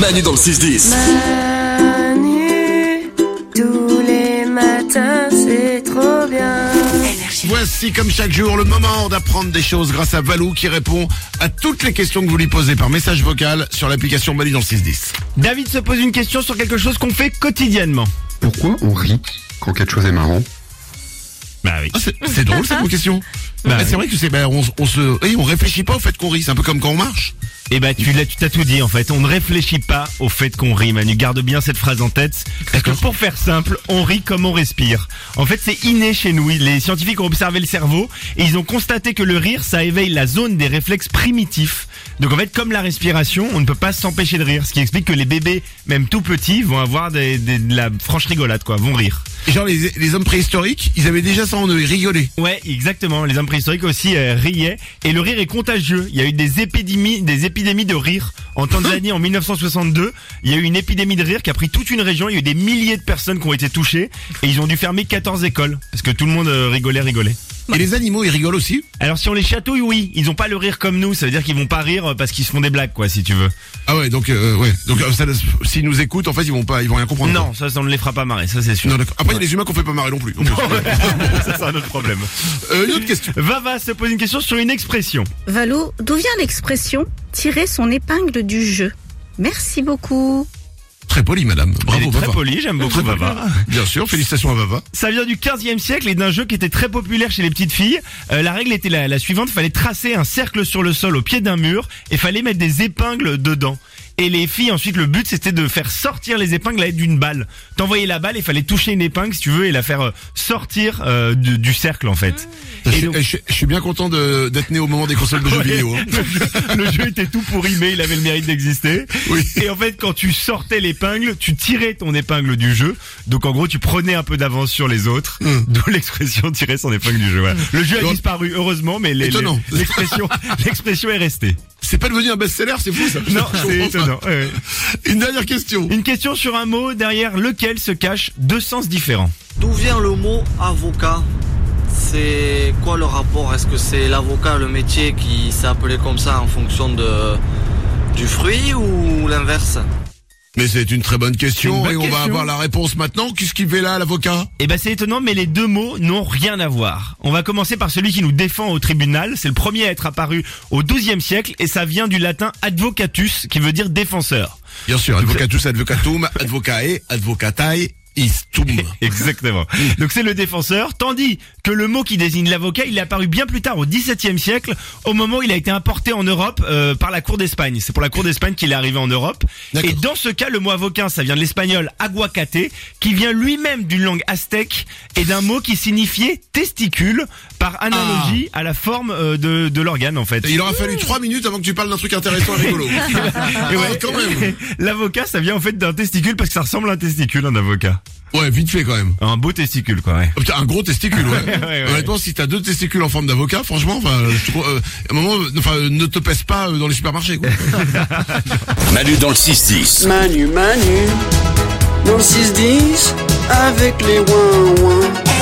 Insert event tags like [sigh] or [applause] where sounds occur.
Manu dans le 6-10. Manu, tous les matins, c'est trop bien. Voici comme chaque jour le moment d'apprendre des choses grâce à Valou qui répond à toutes les questions que vous lui posez par message vocal sur l'application Manu dans le 610. David se pose une question sur quelque chose qu'on fait quotidiennement. Pourquoi on rit quand quelque chose est marrant Bah oui. Ah, c'est- c'est drôle [laughs] cette vos questions. Ah, Bah oui. c'est vrai que c'est ben, on, s- on se et on réfléchit pas au fait qu'on rit, c'est un peu comme quand on marche. Et bah tu l'as, tu t'as tout dit en fait. On ne réfléchit pas au fait qu'on rit, Manu. Garde bien cette phrase en tête. Parce que pour faire simple, on rit comme on respire. En fait, c'est inné chez nous. Les scientifiques ont observé le cerveau et ils ont constaté que le rire, ça éveille la zone des réflexes primitifs. Donc en fait, comme la respiration, on ne peut pas s'empêcher de rire. Ce qui explique que les bébés, même tout petits, vont avoir des, des- de la franche rigolade, quoi. Vont rire. Et Genre les, les hommes préhistoriques, ils avaient déjà ça en eux, ils rigolaient. Ouais, exactement. Les hommes préhistoriques aussi euh, riaient. Et le rire est contagieux. Il y a eu des épidémies, des épidémies de rire. En Tanzanie, en 1962, il y a eu une épidémie de rire qui a pris toute une région. Il y a eu des milliers de personnes qui ont été touchées. Et ils ont dû fermer 14 écoles. Parce que tout le monde euh, rigolait, rigolait. Et les animaux, ils rigolent aussi. Alors si on les chatouille, oui. Ils ont pas le rire comme nous. Ça veut dire qu'ils vont pas rire euh, parce qu'ils se font des blagues, quoi, si tu veux. Ah ouais, donc euh, ouais, donc euh, ça, s'ils nous écoutent, en fait, ils vont pas, ils vont rien comprendre. Non, ça, ça ne les fera pas marrer. Ça, c'est sûr. Non, d'accord. Après, il y a des humains qu'on fait pas marrer non plus. Donc, [laughs] ça, c'est un autre problème. euh, une autre question. Vava se pose une question sur une expression. Valo, d'où vient l'expression tirer son épingle du jeu Merci beaucoup. Très polie, madame. Elle Bravo, est très Vava. polie, j'aime beaucoup Vava. Bien sûr, félicitations à Vava. Ça vient du 15e siècle et d'un jeu qui était très populaire chez les petites filles. Euh, la règle était la, la suivante, fallait tracer un cercle sur le sol au pied d'un mur et fallait mettre des épingles dedans. Et les filles, ensuite, le but, c'était de faire sortir les épingles à l'aide d'une balle. T'envoyais la balle, il fallait toucher une épingle, si tu veux, et la faire euh, sortir euh, du, du cercle, en fait. Je, Et suis- donc- je suis- je suis bien content de- d'être né au moment des consoles de [laughs] jeux Ouais. vidéo. hein. Le jeu- le jeu était tout pourri, mais il avait le mérite d'exister. Oui. Et en fait, quand tu sortais l'épingle, tu tirais ton épingle du jeu. Donc en gros, tu prenais un peu d'avance sur les autres. [laughs] D'où l'expression tirer son épingle du jeu. Voilà. Le jeu a Mm. Donc- disparu, heureusement, mais les- les- Étonnant. [laughs] l'expression l'expression est restée. C'est pas devenu un best-seller, c'est fou ça. Non, Je c'est comprends pas. étonnant. ouais. Une dernière question. Une question sur un mot derrière lequel se cachent deux sens différents. D'où vient le mot avocat C'est quoi le rapport Est-ce que c'est l'avocat, le métier qui s'est appelé comme ça en fonction de, du fruit ou l'inverse Mais c'est une très bonne question C'est et une bonne on va question. avoir la réponse maintenant. Qu'est-ce qu'il fait là, l'avocat Eh ben c'est étonnant, mais les deux mots n'ont rien à voir. On va commencer par celui qui nous défend au tribunal. C'est le premier à être apparu au XIIe siècle et ça vient du latin advocatus, qui veut dire défenseur. Bien sûr, advocatus, advocatum, advocae, advocatae, istum. [laughs] Exactement. Donc c'est le défenseur, tandis que le mot qui désigne l'avocat, il est apparu bien plus tard au XVIIe siècle, au moment où il a été importé en Europe euh, par la cour d'Espagne. C'est pour la cour d'Espagne qu'il est arrivé en Europe. D'accord. Et dans ce cas, le mot avocat, ça vient de l'espagnol aguacate, qui vient lui-même d'une langue aztèque et d'un mot qui signifiait testicule, par analogie à la forme euh, de, de l'organe en fait. Ah. Et Il aura fallu trois minutes avant que tu parles d'un truc intéressant et rigolo. Et Ah, ouais. quand même. [laughs] L'avocat, ça vient en fait d'un testicule parce que ça ressemble à un testicule, un avocat. [laughs] Ouais, vite fait quand même. Un beau testicule quoi, ouais. Oh, putain, un gros testicule, [laughs] ouais. Ouais, ouais, ouais. Honnêtement, si t'as deux testicules en forme d'avocat, franchement, enfin, je trouve, euh, à un moment, euh, enfin, euh, ne te pèse pas euh, dans les supermarchés. Quoi. Manu dans le 6-10. Manu, Manu, dans le 6-10, avec les ouin-ouin.